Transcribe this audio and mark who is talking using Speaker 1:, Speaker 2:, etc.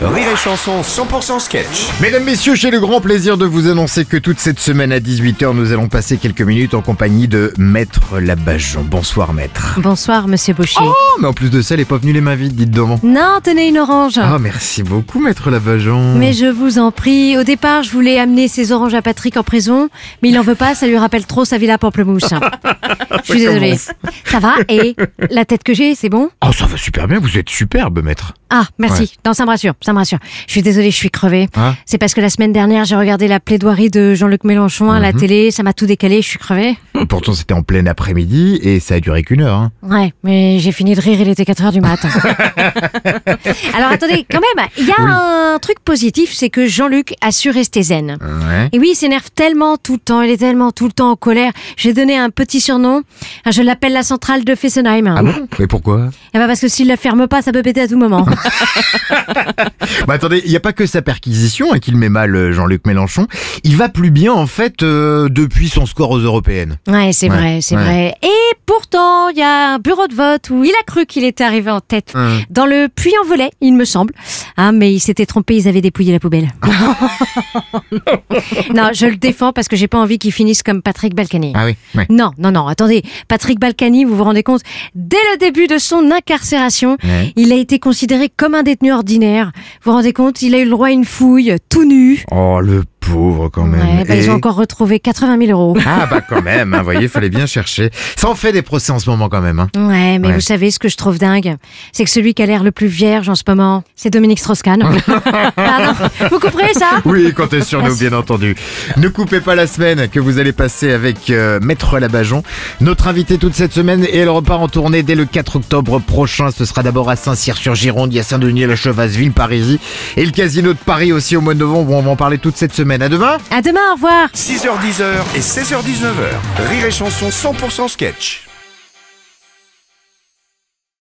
Speaker 1: Rire et Chanson 100% sketch.
Speaker 2: Mesdames, Messieurs, j'ai le grand plaisir de vous annoncer que toute cette semaine à 18h, nous allons passer quelques minutes en compagnie de Maître Labajon. Bonsoir Maître.
Speaker 3: Bonsoir, monsieur Boucher.
Speaker 2: Oh, mais en plus de ça, elle est pas venue les mains vides, dites donc.
Speaker 3: Non, tenez une orange.
Speaker 2: Ah, merci beaucoup Maître Labajon.
Speaker 3: Mais je vous en prie, au départ, je voulais amener ces oranges à Patrick en prison, mais il n'en veut pas, ça lui rappelle trop sa villa pamplemousse. je suis désolée. Ça va Et la tête que j'ai, c'est bon
Speaker 2: Oh, ça va super bien, vous êtes superbe Maître.
Speaker 3: Ah, merci. Non, ça me rassure, ça me rassure. Je suis désolée, je suis crevée.
Speaker 2: Hein
Speaker 3: c'est parce que la semaine dernière, j'ai regardé la plaidoirie de Jean-Luc Mélenchon à la télé, ça m'a tout décalé, je suis crevée.
Speaker 2: Pourtant, c'était en plein après-midi et ça a duré qu'une heure. hein.
Speaker 3: Ouais, mais j'ai fini de rire, il était 4 heures du matin. Alors attendez, quand même, il y a un truc positif, c'est que Jean-Luc a su rester zen.
Speaker 2: Ouais.
Speaker 3: Et oui, il s'énerve tellement tout le temps, il est tellement tout le temps en colère. J'ai donné un petit surnom, je l'appelle la centrale de Fessenheim.
Speaker 2: Ah bon Mais pourquoi
Speaker 3: Eh ben parce que s'il la ferme pas, ça peut péter à tout moment.
Speaker 2: Bah attendez, il n'y a pas que sa perquisition et qu'il met mal euh, Jean-Luc Mélenchon. Il va plus bien en fait euh, depuis son score aux européennes.
Speaker 3: Ouais, c'est
Speaker 2: Ouais,
Speaker 3: vrai, c'est
Speaker 2: ouais.
Speaker 3: vrai. Et pourtant, il y a un bureau de vote où il a cru qu'il était arrivé en tête.
Speaker 2: Hum.
Speaker 3: Dans le Puy-en-Velay, il me semble. Ah, mais il s'était trompé, ils avaient dépouillé la poubelle. non, je le défends parce que j'ai pas envie qu'il finisse comme Patrick Balkany.
Speaker 2: Ah oui, ouais.
Speaker 3: Non, non, non, attendez. Patrick Balkany, vous vous rendez compte, dès le début de son incarcération,
Speaker 2: Ouais.
Speaker 3: il a été considéré comme un détenu ordinaire. Vous vous rendez compte, il a eu le droit à une fouille, tout nu.
Speaker 2: Oh le pauvre quand même.
Speaker 3: Ouais, bah,
Speaker 2: Et-
Speaker 3: Ils ont encore retrouvé 80 000 euros.
Speaker 2: Ah bah quand même, hein, voyez, fallait bien chercher. Ça en fait des procès en ce moment quand même. Hein.
Speaker 3: Ouais, mais
Speaker 2: Ouais.
Speaker 3: vous savez ce que je trouve dingue, c'est que celui qui a l'air le plus vierge en ce moment, c'est Dominique Strauss-Kahn. Pardon, vous comprenez ça
Speaker 2: Oui, comptez sur nous,
Speaker 3: Merci.
Speaker 2: bien entendu. Ne coupez pas la semaine que vous allez passer avec euh, Maître Labajon, notre invitée toute cette semaine, et elle repart en tournée dès le 4 octobre prochain. Ce sera d'abord à Saint-Cyr-sur-Gironde, il y a Saint-Denis, la Chevasville, Parisis, et le Casino de Paris aussi au mois de novembre. On va en parler toute cette semaine. À demain
Speaker 3: À demain, au revoir.
Speaker 1: 6h10 et 16h19h. Rire et Chanson 100% sketch.